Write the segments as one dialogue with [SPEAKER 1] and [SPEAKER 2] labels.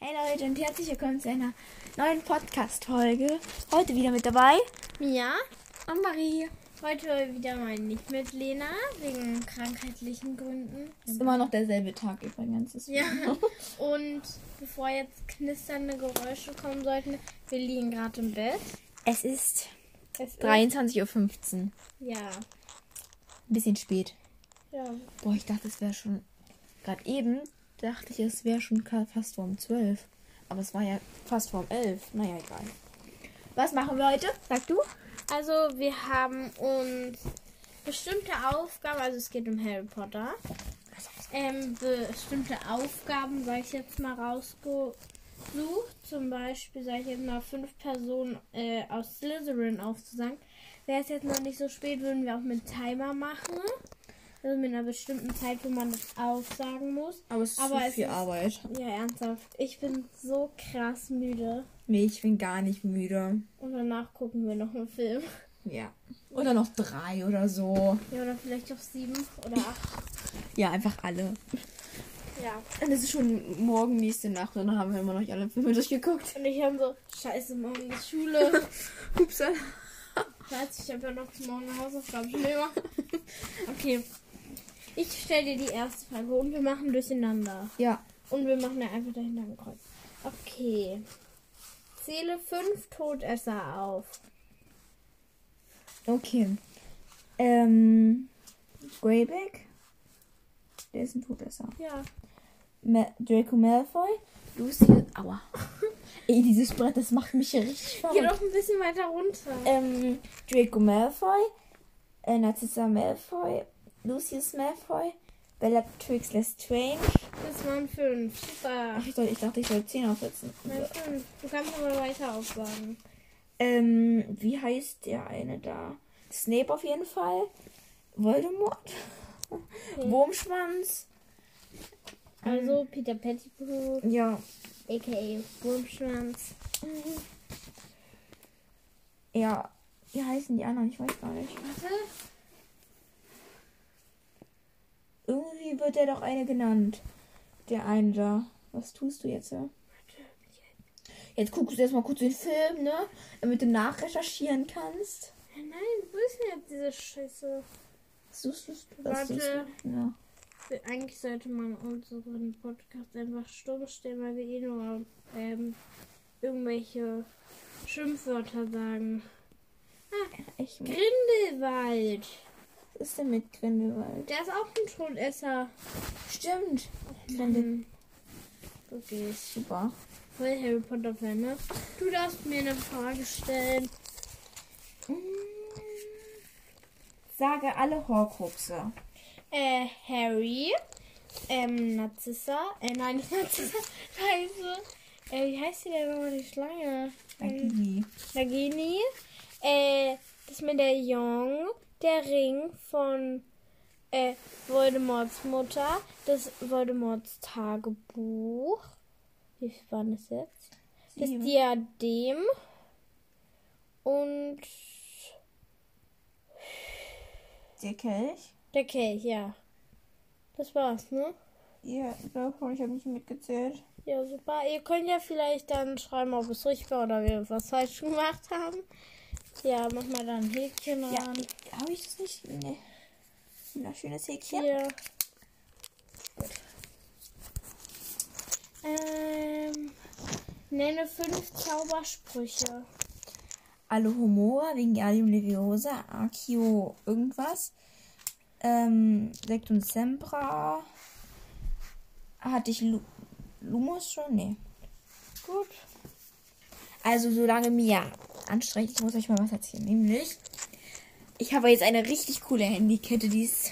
[SPEAKER 1] Hey Leute und herzlich willkommen zu einer neuen Podcast-Folge. Heute wieder mit dabei.
[SPEAKER 2] Mia und Marie. Heute wieder mal nicht mit Lena, wegen krankheitlichen Gründen.
[SPEAKER 1] Ist immer noch derselbe Tag übrigens. Ist
[SPEAKER 2] Ja. Und bevor jetzt knisternde Geräusche kommen sollten, wir liegen gerade im Bett.
[SPEAKER 1] Es ist
[SPEAKER 2] Es ist-
[SPEAKER 1] 23.15 Uhr.
[SPEAKER 2] Ja.
[SPEAKER 1] Bisschen spät.
[SPEAKER 2] Ja.
[SPEAKER 1] Boah, ich dachte, es wäre schon. Gerade eben dachte ich, es wäre schon ka- fast vor um 12. Aber es war ja fast vor um 11. Naja, egal. Was machen wir heute? Sag du?
[SPEAKER 2] Also wir haben uns bestimmte Aufgaben, also es geht um Harry Potter, ähm, bestimmte Aufgaben, sag ich jetzt mal, rausgesucht. Zum Beispiel, sag ich jetzt mal, fünf Personen äh, aus Slytherin aufzusagen. Wäre es jetzt noch nicht so spät, würden wir auch mit Timer machen. Also mit einer bestimmten Zeit, wo man das aufsagen muss.
[SPEAKER 1] Aber es ist
[SPEAKER 2] Aber
[SPEAKER 1] so
[SPEAKER 2] es
[SPEAKER 1] viel
[SPEAKER 2] ist-
[SPEAKER 1] Arbeit.
[SPEAKER 2] Ja, ernsthaft. Ich bin so krass müde.
[SPEAKER 1] Nee, ich bin gar nicht müde.
[SPEAKER 2] Und danach gucken wir noch einen Film.
[SPEAKER 1] Ja. Oder noch drei oder so.
[SPEAKER 2] Ja, oder vielleicht auch sieben oder acht.
[SPEAKER 1] Ja, einfach alle.
[SPEAKER 2] Ja.
[SPEAKER 1] Und es ist schon morgen, nächste Nacht und dann haben wir immer noch nicht alle Filme durchgeguckt.
[SPEAKER 2] Und ich habe so, scheiße, morgen ist Schule.
[SPEAKER 1] Ups.
[SPEAKER 2] Scheiße, ich habe ja noch morgen eine Hausaufgabe. Schnell machen. Okay. Ich stelle dir die erste Frage und wir machen durcheinander.
[SPEAKER 1] Ja.
[SPEAKER 2] Und wir machen ja einfach dahinter ein Kreuz. Okay. Zähle fünf Todesser auf.
[SPEAKER 1] Okay. Ähm. Greyback. Der ist ein Todesser.
[SPEAKER 2] Ja.
[SPEAKER 1] Ma Draco Malfoy. Lucy. Aua. Genau. Ey, dieses Brett, das macht mich hier richtig
[SPEAKER 2] Geh
[SPEAKER 1] verrückt.
[SPEAKER 2] doch ein bisschen weiter runter.
[SPEAKER 1] Ähm, Draco Malfoy. Äh, Narcissa Malfoy. Lucius Malfoy. Bellatrix Lestrange.
[SPEAKER 2] Das waren fünf. Super.
[SPEAKER 1] Ach, ich, soll, ich dachte, ich soll 10 aufsetzen.
[SPEAKER 2] Nein, fünf. Du kannst aber weiter aufsagen.
[SPEAKER 1] Ähm, wie heißt der eine da? Snape auf jeden Fall. Voldemort. Wurmschwanz.
[SPEAKER 2] Also Peter Pettigrew,
[SPEAKER 1] Ähm, Ja.
[SPEAKER 2] a.k.a. Wurmschwanz.
[SPEAKER 1] Ja. Wie heißen die anderen? Ich weiß gar nicht.
[SPEAKER 2] Warte.
[SPEAKER 1] Irgendwie wird der doch eine genannt. Der eine da. Was tust du jetzt? Ja? Jetzt guckst du erstmal kurz den Film, ne? Damit du nachrecherchieren kannst.
[SPEAKER 2] Nein, wo ist denn jetzt diese Scheiße?
[SPEAKER 1] Was suchst du? Was
[SPEAKER 2] Warte.
[SPEAKER 1] suchst du? Ja.
[SPEAKER 2] Eigentlich sollte man unseren Podcast einfach stumm stellen, weil wir eh nur ähm, irgendwelche Schimpfwörter sagen.
[SPEAKER 1] Ich, was
[SPEAKER 2] Grindelwald.
[SPEAKER 1] ist denn mit Grindelwald?
[SPEAKER 2] Der ist auch ein Todesser.
[SPEAKER 1] Stimmt. Grindel
[SPEAKER 2] Mhm. Ähm, Okay.
[SPEAKER 1] Super.
[SPEAKER 2] Voll Harry Potter Fan, ne? Du darfst mir eine Frage stellen.
[SPEAKER 1] Sage alle Horcruxe.
[SPEAKER 2] Äh, Harry. Ähm, Narzissa. Äh, nein, nicht Narzissa. Scheiße. Äh, wie heißt die denn nochmal die Schlange? Ähm,
[SPEAKER 1] Wie?
[SPEAKER 2] Nagini, äh, das Medaillon, der Ring von äh, Voldemorts Mutter, das Voldemorts Tagebuch. Wie viel waren das jetzt? Das
[SPEAKER 1] Sieben.
[SPEAKER 2] Diadem und
[SPEAKER 1] Der Kelch?
[SPEAKER 2] der Kelch, ja. Das war's, ne?
[SPEAKER 1] Ja, ich glaube schon, ich habe nicht mitgezählt.
[SPEAKER 2] Ja, super. Ihr könnt ja vielleicht dann schreiben, ob es richtig war oder wir was falsch gemacht haben. Ja, mach mal da ein Häkchen
[SPEAKER 1] Ja.
[SPEAKER 2] ran.
[SPEAKER 1] Habe ich das nicht? Nee. Na, schönes Häkchen.
[SPEAKER 2] Hier. Ähm, nenne fünf Zaubersprüche.
[SPEAKER 1] Alohomora, Wingardium Leviosa, Archio irgendwas. Ähm, Sektum Sempra. Hatte ich Lu Lumos schon? Nee.
[SPEAKER 2] Gut.
[SPEAKER 1] Also solange mir anstrengt, ich muss euch mal was erzählen. Nämlich, ich habe jetzt eine richtig coole Handykette, die ist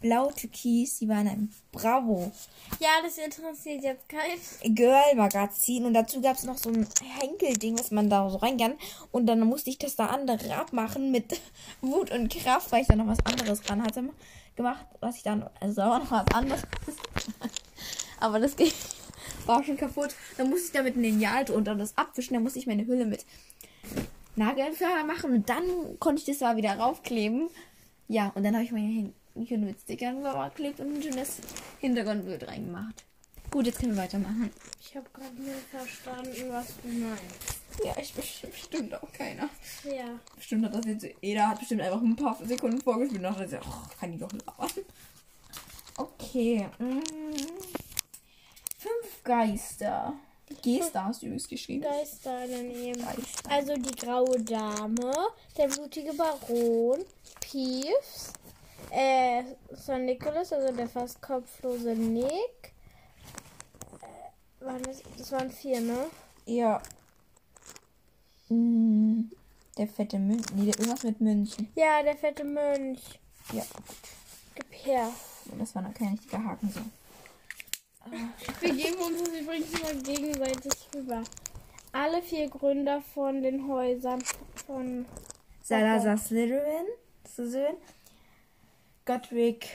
[SPEAKER 1] blau-türkis, die war in einem Bravo
[SPEAKER 2] Ja, das interessiert jetzt keinen.
[SPEAKER 1] Girl Magazin und dazu gab es noch so ein Henkelding, was man da so rein kann. Und dann musste ich das da andere abmachen mit Wut und Kraft, weil ich da noch was anderes dran hatte gemacht, was ich dann, also da war noch was anderes. Aber das ging, war schon kaputt. Dann musste ich damit ein Lineal drunter und das abwischen, dann musste ich meine Hülle mit Nagelfahrer machen und dann konnte ich das mal wieder raufkleben. Ja, und dann habe ich meine Hin- Hülle mit Stickern geklebt und ein schönes Hintergrundbild reingemacht. Gut, jetzt können wir weitermachen.
[SPEAKER 2] Ich habe gerade nicht verstanden, was du meinst.
[SPEAKER 1] Ja, ich bestimmt auch keiner.
[SPEAKER 2] Ja.
[SPEAKER 1] Bestimmt hat das jetzt. Jeder hat bestimmt einfach ein paar Sekunden vorgespielt und dachte, ach, kann ich doch labern. Okay. mm. Fünf Geister. Geister hast du übrigens geschrieben.
[SPEAKER 2] Geister daneben.
[SPEAKER 1] Geister.
[SPEAKER 2] Also die graue Dame, der blutige Baron, Peeves, äh, Sir Nicholas, also der fast kopflose Nick. Äh, waren das, das waren vier, ne?
[SPEAKER 1] Ja. Mm, Der fette München. Nee, der irgendwas mit München.
[SPEAKER 2] Ja, der fette Mönch.
[SPEAKER 1] Ja.
[SPEAKER 2] Gib her.
[SPEAKER 1] Und Oh, das war noch kein richtiger Haken so.
[SPEAKER 2] Wir geben uns das übrigens immer gegenseitig rüber. Alle vier Gründer von den Häusern von
[SPEAKER 1] Salazar Slytherin, Slytherin, Godric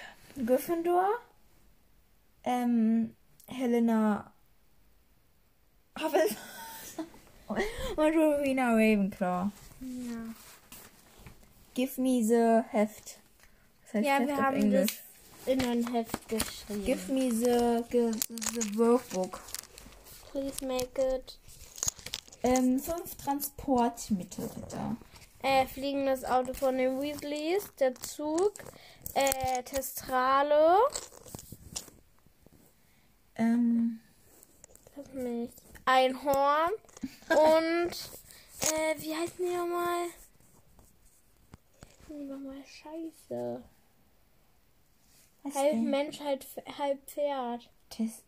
[SPEAKER 1] Gryffindor, ähm, Helena Hufflepuff und Rowena Ravenclaw.
[SPEAKER 2] Ja,
[SPEAKER 1] Give me the Heft. Das heißt
[SPEAKER 2] ja
[SPEAKER 1] Heft
[SPEAKER 2] wir
[SPEAKER 1] auf
[SPEAKER 2] haben
[SPEAKER 1] Englisch.
[SPEAKER 2] das in ein Heft geschrieben.
[SPEAKER 1] Give me the, the, the Workbook.
[SPEAKER 2] Please make it.
[SPEAKER 1] Ähm, fünf Transportmittel, bitte.
[SPEAKER 2] Äh, fliegendes Auto von den Weasleys, der Zug, äh, Testrale.
[SPEAKER 1] Ähm,
[SPEAKER 2] Lass mich. Ein Horn und äh, wie heißen die nochmal? Die nochmal Scheiße.
[SPEAKER 1] was
[SPEAKER 2] Halb
[SPEAKER 1] denn?
[SPEAKER 2] Mensch, halb, halb Pferd.
[SPEAKER 1] Tes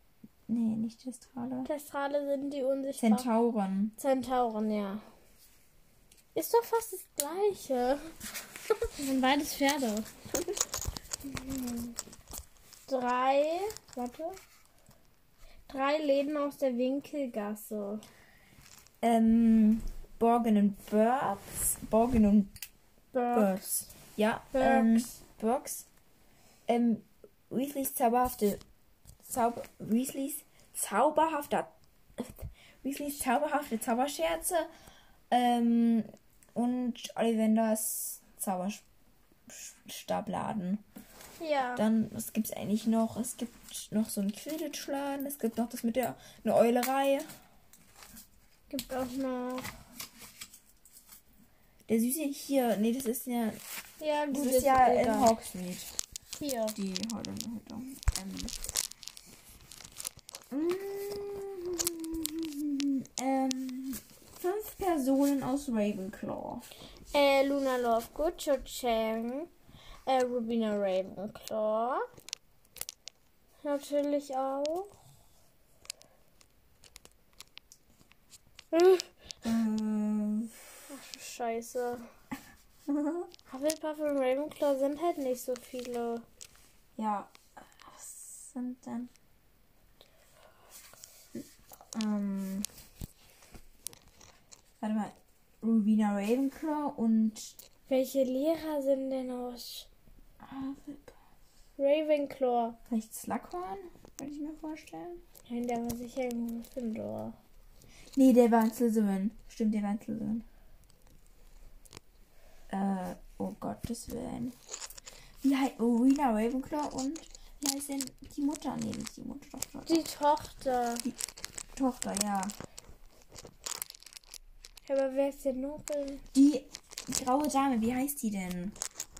[SPEAKER 1] nee, nicht Testrale.
[SPEAKER 2] Testrale sind die unsichtbaren.
[SPEAKER 1] Zentauren.
[SPEAKER 2] Zentauren, ja. Ist doch fast das gleiche.
[SPEAKER 1] Das sind beides Pferde.
[SPEAKER 2] Drei, warte. Drei Läden aus der Winkelgasse.
[SPEAKER 1] Ähm, Borgen und Burbs. Borgen und
[SPEAKER 2] Burg.
[SPEAKER 1] Burbs. Ja,
[SPEAKER 2] Burks.
[SPEAKER 1] ähm, Burks. Ähm, Weasleys zauberhafte. Zauber, Weasleys zauberhafter. Weasleys zauberhafte Zauberscherze. Ähm, und Ollivanders Zauberstabladen.
[SPEAKER 2] Ja.
[SPEAKER 1] Dann, was gibt's eigentlich noch? Es gibt noch so einen Quidditch-Laden. Es gibt noch das mit der, eine Eulerei.
[SPEAKER 2] Gibt auch noch.
[SPEAKER 1] Der süße hier, nee, das ist ja,
[SPEAKER 2] Ja,
[SPEAKER 1] das
[SPEAKER 2] gut,
[SPEAKER 1] ist ja in
[SPEAKER 2] egal.
[SPEAKER 1] Hogsmeade.
[SPEAKER 2] Hier.
[SPEAKER 1] Die Holländer heute. Ähm, ähm, fünf Personen aus Ravenclaw.
[SPEAKER 2] Äh, Luna Lovegood, Cho Chang, äh, Rubina Ravenclaw. Natürlich auch. Hm,
[SPEAKER 1] Ähm,
[SPEAKER 2] Scheiße. Hufflepuff und Ravenclaw sind halt nicht so viele.
[SPEAKER 1] ja, was sind denn? Ähm, warte mal. Rubina Ravenclaw und
[SPEAKER 2] Welche Lehrer sind denn aus
[SPEAKER 1] Hufflepuff.
[SPEAKER 2] Ravenclaw?
[SPEAKER 1] ah, vielleicht Slughorn, würde ich mir vorstellen.
[SPEAKER 2] Nein, der war sicher in Gryffindor.
[SPEAKER 1] Nee, der war in Slytherin. Stimmt, der war in Slytherin. Äh, oh Gottes Willen. Wie heißt Rowena Ravenclaw und wie heißt denn die Mutter? Nee, nicht die Mutter, doch, doch,
[SPEAKER 2] Die Tochter.
[SPEAKER 1] die Tochter, ja.
[SPEAKER 2] Aber wer ist denn Nobel?
[SPEAKER 1] Die graue Dame, wie heißt die denn?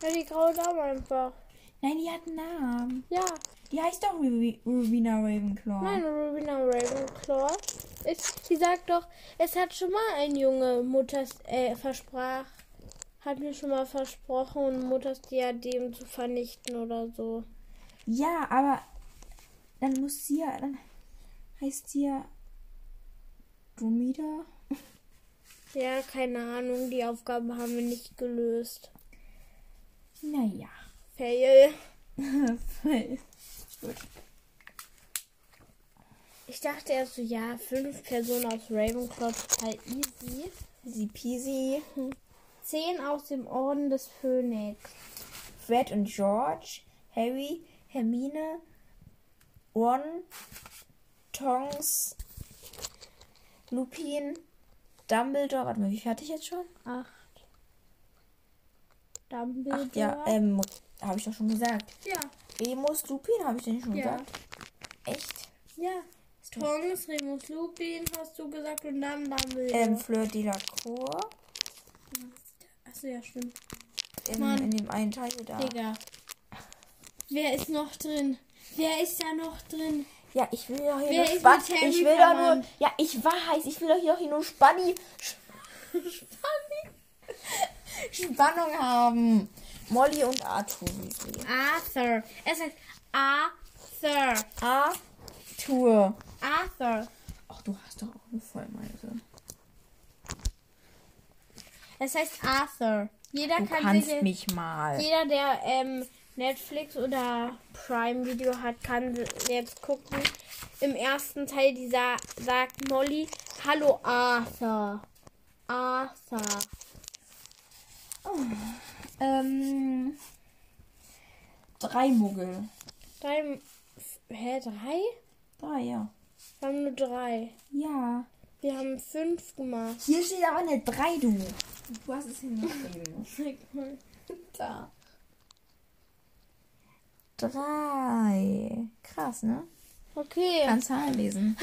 [SPEAKER 2] Ja, die graue Dame einfach.
[SPEAKER 1] Nein, die hat einen Namen.
[SPEAKER 2] Ja,
[SPEAKER 1] Die heißt doch Ru- Rowena Ravenclaw.
[SPEAKER 2] nein, Rubina Ravenclaw. Ist, die sagt doch, es hat schon mal ein Junge Mutters äh, versprach, hat mir schon mal versprochen, Mutters Diadem zu vernichten oder so.
[SPEAKER 1] Ja, aber dann muss sie ja, dann heißt sie ja Domida.
[SPEAKER 2] Ja, keine Ahnung, die Aufgabe haben wir nicht gelöst.
[SPEAKER 1] Naja.
[SPEAKER 2] Fail.
[SPEAKER 1] Gut.
[SPEAKER 2] Ich dachte erst so, ja, fünf Personen aus Ravenclaw, total easy.
[SPEAKER 1] Easy peasy.
[SPEAKER 2] Zehn aus dem Orden des Phönix.
[SPEAKER 1] Fred und George, Harry, Hermine, Ron, Tongs, Lupin, Dumbledore. Warte mal, wie viel hatte ich jetzt schon?
[SPEAKER 2] Acht. Dumbledore.
[SPEAKER 1] Ach ja, ähm, habe ich doch schon gesagt.
[SPEAKER 2] ja.
[SPEAKER 1] Remus, Lupin, habe ich denn schon
[SPEAKER 2] Ja.
[SPEAKER 1] gesagt? Echt?
[SPEAKER 2] Ja. Tongs, Remus Lupin, hast du gesagt, und dann Dumbledore.
[SPEAKER 1] Ähm, Fleur de la Cour.
[SPEAKER 2] Achso, ja, stimmt.
[SPEAKER 1] In,
[SPEAKER 2] Mann.
[SPEAKER 1] in dem einen Teil da.
[SPEAKER 2] Digga. Wer ist noch drin? Wer ist da noch drin?
[SPEAKER 1] Ja, ich will doch
[SPEAKER 2] Wer
[SPEAKER 1] hier nur
[SPEAKER 2] ist
[SPEAKER 1] Spaß.
[SPEAKER 2] mit Harry
[SPEAKER 1] Ich will doch nur.
[SPEAKER 2] verwandt?
[SPEAKER 1] Ja, ich war heiß. Ich will doch hier doch hier nur Spanni. Spanni. Spannung haben. Molly und Arthur. Weasley.
[SPEAKER 2] Arthur. Er sagt Arthur.
[SPEAKER 1] Arthur.
[SPEAKER 2] Arthur.
[SPEAKER 3] Ach, du hast doch auch eine Vollmeise.
[SPEAKER 2] Es heißt Arthur. Jeder
[SPEAKER 1] Du
[SPEAKER 2] kann sich
[SPEAKER 1] kannst mich mal.
[SPEAKER 2] Jeder, der ähm, Netflix oder Prime Video hat, kann jetzt gucken. Im ersten Teil dieser sagt Molly, hallo Arthur. Arthur.
[SPEAKER 3] Ähm. Drei Muggel.
[SPEAKER 2] Drei. Hä, drei?
[SPEAKER 3] Drei, ja.
[SPEAKER 2] Wir haben nur drei.
[SPEAKER 3] Ja.
[SPEAKER 2] Wir haben fünf gemacht.
[SPEAKER 3] Hier steht aber eine 3, du. Du hast es hingeschrieben. da.
[SPEAKER 1] Drei. Krass, ne?
[SPEAKER 2] Okay.
[SPEAKER 1] Kann Zahlen lesen.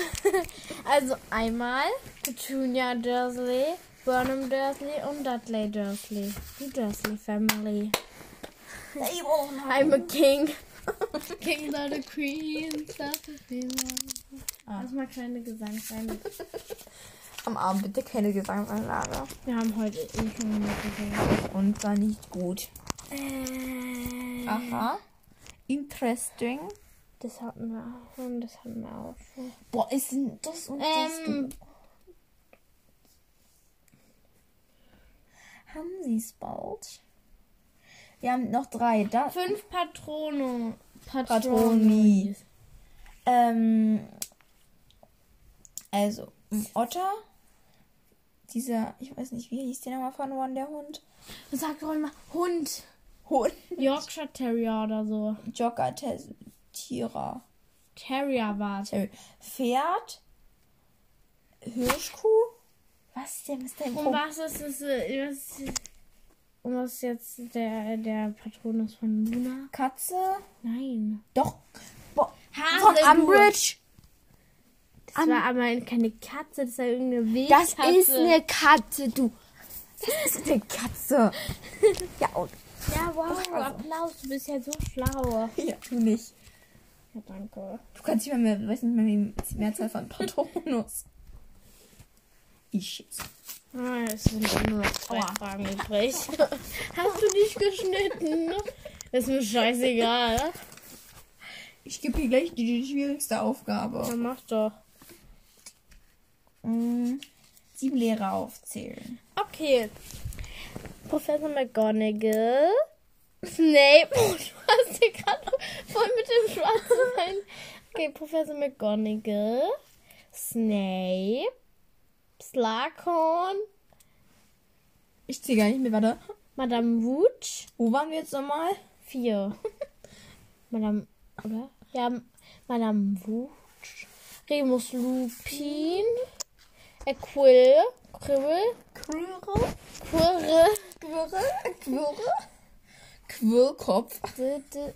[SPEAKER 2] Also einmal Petunia Dursley, Burnham Dursley und Dudley Dursley. Die Dursley Family. I'm a king. King not a queen.
[SPEAKER 1] Ah.
[SPEAKER 2] Erstmal kleine Gesangsreime.
[SPEAKER 1] Am Abend bitte keine Gesangsanlage.
[SPEAKER 2] Wir haben heute eh schon mal gesungen.
[SPEAKER 1] Und war nicht gut.
[SPEAKER 2] Äh,
[SPEAKER 1] Aha. Interesting.
[SPEAKER 2] Das hatten wir auch schon, das hatten wir auch schon.
[SPEAKER 3] Boah, ist denn das und
[SPEAKER 2] Ähm,
[SPEAKER 1] Haben sie es bald? Wir haben noch drei. Da
[SPEAKER 2] fünf Patronen.
[SPEAKER 1] Patroni. Ähm, also, ein Otter. Dieser, ich weiß nicht, wie hieß der nochmal von One, der Hund?
[SPEAKER 2] Sag doch mal Hund.
[SPEAKER 1] Hund.
[SPEAKER 2] Yorkshire Terrier oder so.
[SPEAKER 1] Jogger, Tes- Tierer.
[SPEAKER 2] Terrier war
[SPEAKER 1] Terry. Pferd. Hirschkuh. Was denn? Was ist dein
[SPEAKER 2] Um
[SPEAKER 1] Problem?
[SPEAKER 2] was ist es? äh, Was, um was jetzt der, der Patronus von Luna?
[SPEAKER 1] Katze.
[SPEAKER 2] Nein.
[SPEAKER 1] Doch. Bo von
[SPEAKER 2] Hase, Ah, du.
[SPEAKER 1] Umbridge.
[SPEAKER 2] Das war aber keine Katze, das war irgendeine
[SPEAKER 1] Das
[SPEAKER 2] Wildkatze.
[SPEAKER 1] ist eine Katze, du. Das ist eine Katze. ja, und.
[SPEAKER 2] Ja, wow, Applaus, du bist ja so schlau.
[SPEAKER 1] Ja, du nicht.
[SPEAKER 2] Ja, danke.
[SPEAKER 1] Du kannst nicht mehr, mehr weiß nicht mehr, wie die Mehrzahl von Patronus. Ich.
[SPEAKER 2] Ah, es sind nur noch zwei Fragen übrig. Hast du dich geschnitten? ne? Ist mir scheißegal.
[SPEAKER 1] Ich gebe dir gleich die, die schwierigste Aufgabe.
[SPEAKER 2] Dann mach doch.
[SPEAKER 1] Mhm. Sieben Lehrer aufzählen.
[SPEAKER 2] Okay. Professor McGonagall. Snape. Oh, du hast dir gerade voll mit dem schwarzen Bein. Okay, Professor McGonagall. Snape. Slughorn.
[SPEAKER 1] Ich zähle gar nicht mehr, warte.
[SPEAKER 2] Madame Wooch.
[SPEAKER 1] Wo waren wir jetzt nochmal?
[SPEAKER 2] Vier. Madame, oder? Ja, Madame Wooch. Remus Lupin. Äh, Quill. Quill.
[SPEAKER 1] Quirre,
[SPEAKER 2] Quirre.
[SPEAKER 1] Quirre, Quirre. Quirlkopf.
[SPEAKER 2] D- d-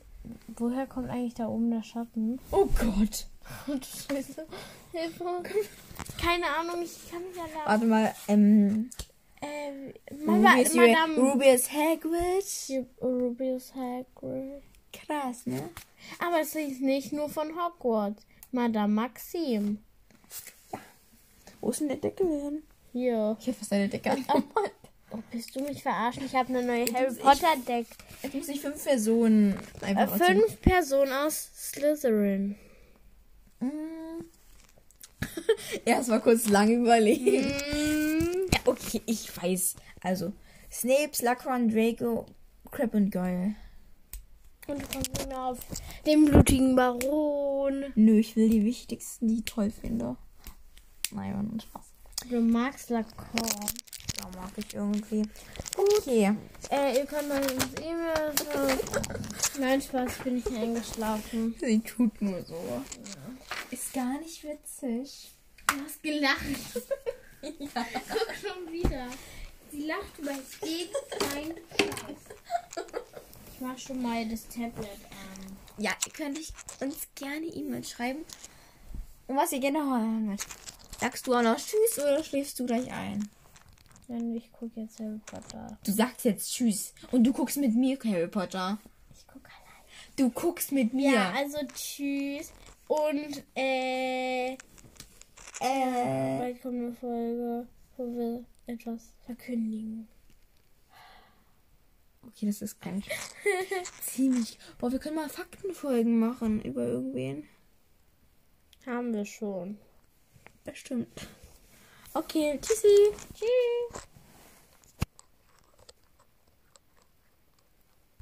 [SPEAKER 2] Woher kommt eigentlich da oben der Schatten?
[SPEAKER 1] Oh Gott.
[SPEAKER 2] Scheiße. Hilfe. Keine Ahnung, ich kann mich ja da.
[SPEAKER 1] Warte mal, ähm.
[SPEAKER 2] Ähm, Mama,
[SPEAKER 1] Rubius,
[SPEAKER 2] Madame.
[SPEAKER 1] Rubius Hagrid.
[SPEAKER 2] Rubius Hagrid.
[SPEAKER 1] Krass, ne?
[SPEAKER 2] Aber es ist nicht nur von Hogwarts. Madame Maxim.
[SPEAKER 1] Wo ist denn der Deckel hin?
[SPEAKER 2] Hier.
[SPEAKER 1] Ich hätte fast eine Decke angemalt.
[SPEAKER 2] Oh, bist du mich verarschen? Ich habe eine neue Harry Potter Deck.
[SPEAKER 1] Jetzt muss ich fünf Personen
[SPEAKER 2] Äh,
[SPEAKER 1] einfach aussuchen.
[SPEAKER 2] fünf Personen aus Slytherin.
[SPEAKER 1] Mm. Erstmal kurz lange überlegen.
[SPEAKER 2] Mm,
[SPEAKER 1] Ja, okay, ich weiß. Also, Snape, Slughorn, Draco, Crab und Goyle.
[SPEAKER 2] Und du kommst immer auf den blutigen Baron.
[SPEAKER 1] Nö, ich will die wichtigsten, die ich toll finde. Nein, war nur Spaß.
[SPEAKER 2] Du magst Lacan.
[SPEAKER 1] Da mag ich irgendwie. Okay.
[SPEAKER 2] Äh, ihr könnt mal ins E-Mail. Nein, Spaß, bin ich eingeschlafen.
[SPEAKER 1] Sie tut nur so. Ist gar nicht witzig.
[SPEAKER 2] Du hast gelacht. Guck schon wieder. Sie lacht über jeden kleinen Scheiß. Ich mach schon mal das Tablet an.
[SPEAKER 1] Ja, ihr könnt ich uns gerne E-Mail schreiben. Und was ihr genau hören wollt. Sagst du auch noch Tschüss oder schläfst du gleich ein?
[SPEAKER 2] Nein, ich gucke jetzt Harry Potter.
[SPEAKER 1] Du sagst jetzt Tschüss und du guckst mit mir Harry Potter.
[SPEAKER 2] Ich halt gucke allein.
[SPEAKER 1] Du guckst mit mir.
[SPEAKER 2] Ja, also tschüss. Und äh,
[SPEAKER 1] äh,
[SPEAKER 2] bald kommt eine Folge, wo wir etwas verkündigen.
[SPEAKER 1] okay, das ist kein ziemlich. Boah, wir können mal Faktenfolgen machen über irgendwen.
[SPEAKER 2] Haben wir schon.
[SPEAKER 1] Bestimmt. Okay, tschüssi.
[SPEAKER 2] Tschüss.